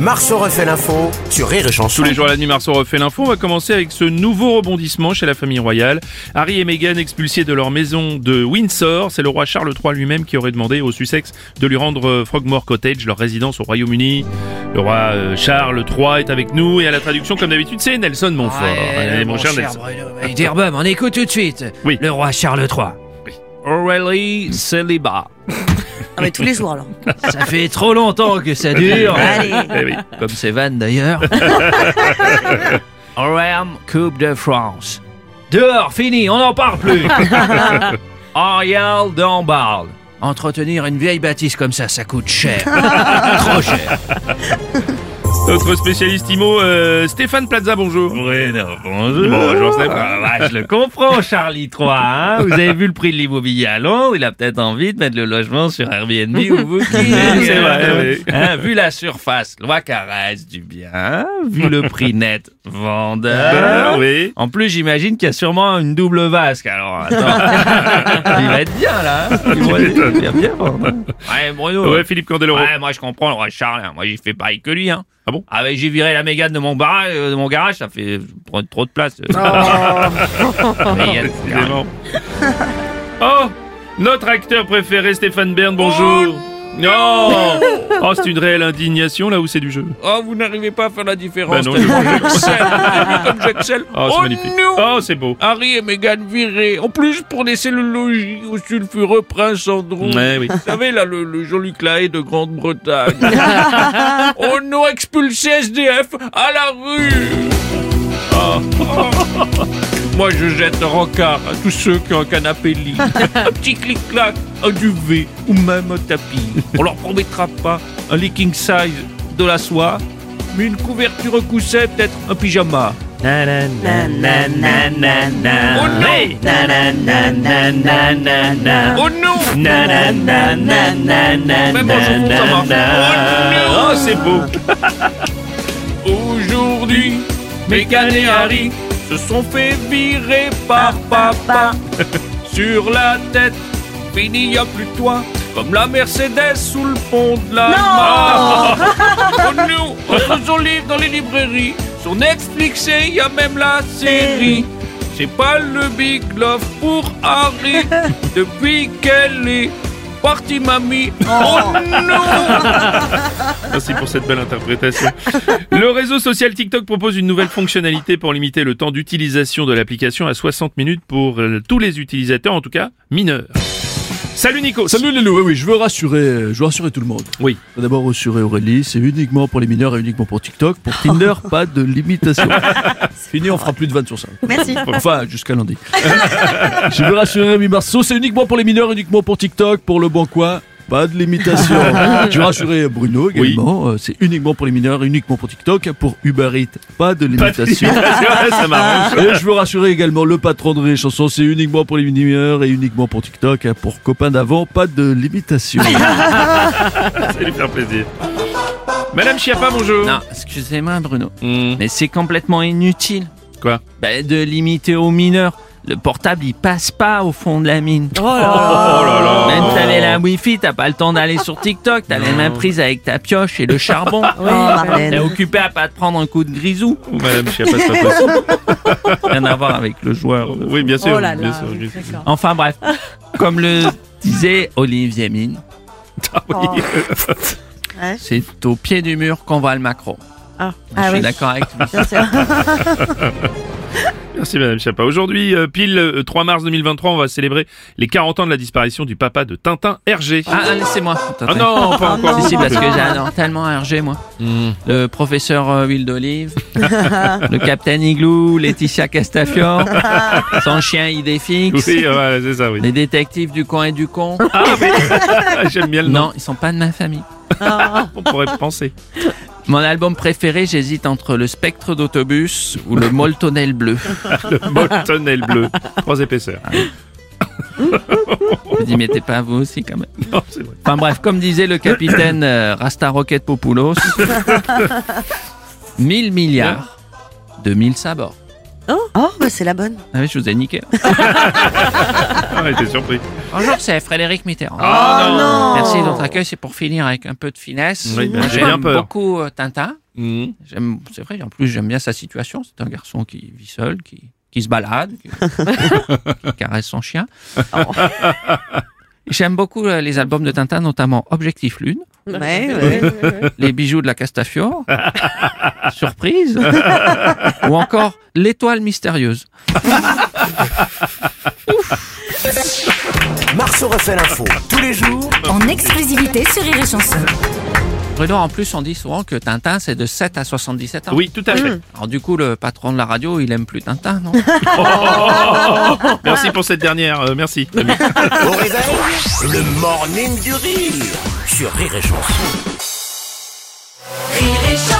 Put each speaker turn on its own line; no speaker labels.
Marceau refait l'info sur Rire et Chanson.
Tous les jours à la nuit, Marceau refait l'info. On va commencer avec ce nouveau rebondissement chez la famille royale. Harry et Meghan expulsés de leur maison de Windsor. C'est le roi Charles III lui-même qui aurait demandé au Sussex de lui rendre euh, Frogmore Cottage, leur résidence au Royaume-Uni. Le roi euh, Charles III est avec nous et à la traduction, comme d'habitude, c'est Nelson Montfort. Eh,
Ouais,
Allez,
Ah, mon cher Bruno Weiderbum, on écoute tout de suite
Oui.
le roi Charles III.
Aurélie célibat.
Ah mais tous les jours alors.
Ça fait trop longtemps que ça dure,
Allez.
Eh oui.
comme ces vannes d'ailleurs. OM Coupe de France. Dehors, fini, on n'en parle plus. Ariel d'Ambarle. Entretenir une vieille bâtisse comme ça, ça coûte cher. trop cher.
Notre spécialiste IMO, euh, Stéphane Plaza, bonjour.
bonjour.
Bonjour, Stéphane.
Ah, bah, je le comprends, Charlie 3. Vous avez vu le prix de l'immobilier à Londres. Il a peut-être envie de mettre le logement sur Airbnb ou Booking.
C'est vrai, oui.
Hein, vu la surface, loi caresse du bien. Vu le prix net, vendeur.
Ben, oui.
En plus, j'imagine qu'il y a sûrement une double vasque. Alors, attends. il va être bien, là. hein. Il va il va bien vendre. Ouais, Bruno.
Ouais, Philippe Candeloro.
Ouais, moi je comprends le roi Charles, hein. moi j'ai fait pareil que lui. Hein.
Ah bon
Ah ben j'ai viré la mégane de mon, bar, euh, de mon garage, ça fait trop, trop de place. euh. Mégane, c'est grave.
Décidément. Oh Notre acteur préféré, Stéphane Bern, bonjour. Non Oh, c'est une réelle indignation là où c'est du jeu.
oh, vous n'arrivez pas à faire la différence.
Bah non, je-
J'excelle, j'ai vu comme j'excelle.
Oh, c'est magnifique.
non Ah.
Oh, c'est beau.
Harry et Mégane virés. En plus, pour laisser le logis au sulfureux prince Andrew.
Ouais, Eh oui.
Vous savez, là, le, le Jean-Luc Lahaye de Grande-Bretagne. On a expulsé SDF à la rue. Oh. Moi, je jette un rencard à tous ceux qui ont un canapé lit, un petit clic-clac, un duvet ou même un tapis. On leur promettra pas un leaking size de la soie, mais une couverture coussée, peut-être un pyjama. Oh
Ah.
non Oh non Mais bon, je trouve ça marche. Oh
Oh,
non
c'est beau.
Aujourd'hui, Megan et Harry se sont fait virer par papa. Sur la tête, fini, y a plus que toi. Comme la Mercedes sous le pont de la mare. Oh non On trouve son livre dans les librairies. Sur Netflix, et y a même la série. C'est pas le Big Love pour Harry. Depuis qu'elle est partie, mamie. Oh non
Merci pour cette belle interprétation. Le réseau social TikTok propose une nouvelle fonctionnalité pour limiter le temps d'utilisation de l'application à 60 minutes pour euh, tous les utilisateurs, en tout cas mineurs. Salut Nico.
Salut les loups, oui, oui, je veux rassurer, euh, je veux rassurer tout le monde.
Oui.
Je veux D'abord rassurer Aurélie, c'est uniquement pour les mineurs et uniquement pour TikTok. Pour Tinder, pas de limitation. Fini, on fera plus de 20 sur ça.
Merci.
Enfin, jusqu'à lundi. je veux rassurer Rémi Marceau, c'est uniquement pour les mineurs, uniquement pour TikTok, pour le bon coin. Pas de limitation. Je veux rassurer Bruno également, euh, c'est uniquement pour les mineurs, uniquement pour TikTok, pour Uber Eats,
Pas
pas de
de
limitation.
limitation, ça m'arrange.
Et je veux rassurer également le patron de Rire et Chanson, c'est uniquement pour les mineurs et uniquement pour TikTok. hein, Pour copains d'avant, pas de limitation.
Ah,
Ça va lui faire plaisir. Madame Chiappa, bonjour.
Non, excusez-moi Bruno,
Hmm.
mais c'est complètement inutile.
Quoi
Bah, De limiter aux mineurs. Le portable, il passe pas au fond de la mine.
Oh là là.
Même t'avais la wifi, t'as pas le temps d'aller sur TikTok, t'as la même prise avec ta pioche et le charbon.
Ah
Oh Marlène.
T'es occupé à pas te prendre un coup de grisou.
Ou Madame Chiappa, c'est pas possible.
Rien à voir avec le joueur.
Oui, bien sûr.
Oh là
bien
là.
sûr, bien sûr.
D'accord.
Enfin bref, comme le disait Olivier Mine,
Oh. Ouais.
c'est au pied du mur qu'on voit le macro.
Ah,
Je
Ah
suis
oui.
d'accord avec lui.
Bien sûr.
Merci Madame Chiappa. Aujourd'hui, euh, pile euh, 3 mars 2023, on va célébrer les 40 ans de la disparition du papa de Tintin, Hergé.
Ah, ah, laissez-moi. Attends,
Ah non, pas
Ah
encore.
non.
Si, si, parce que j'ai un tellement RG, moi. Le professeur euh, Huile d'Olive, le capitaine Igloo, Laetitia Castafiore, son chien Idéfix,
Oui, voilà, c'est ça, oui.
les détectives du coin et du con.
Ah, J'aime bien le nom,
Non, ils sont pas de ma famille.
on pourrait penser.
Mon album préféré, j'hésite entre le Spectre d'autobus ou le Moltonel bleu.
Le Moltonel bleu, trois épaisseurs. Ah
Je me dis, mettez pas vous aussi quand même.
Non, c'est vrai.
Enfin bref, comme disait le capitaine euh, Rasta Rocket Popoulos, 1000 milliards
2000 sabords.
Oh, oh bah c'est la bonne.
Ah oui, je vous ai niqué.
Ah, il était surpris.
Bonjour, c'est Frédéric Mitterrand.
Ah non.
Merci de votre accueil. C'est pour finir avec un peu de finesse.
Oui, ben,
Moi,
j'ai bien
J'aime
peur.
beaucoup euh, Tintin.
Mhm.
J'aime- C'est vrai, en plus, j'aime bien sa situation. C'est un garçon qui vit seul, qui, qui se balade, qui, qui caresse son chien. J'aime beaucoup euh, les albums de Tintin, notamment Objectif Lune,
Ouais, ouais.
Les bijoux de la Castafiore, Surprise, ou encore L'étoile mystérieuse.
Marceau refait l'info tous les jours
En exclusivité sur Rire et Chanson.
Bruno, en plus, on dit souvent que Tintin, c'est de 7 à 77 ans.
Oui, tout à fait.
Alors, du coup, le patron de la radio, il aime plus Tintin, non
Merci pour cette dernière. euh, merci.
au réveil. Le morning du rire sur Rire et Chanson.
Rire et Chanson.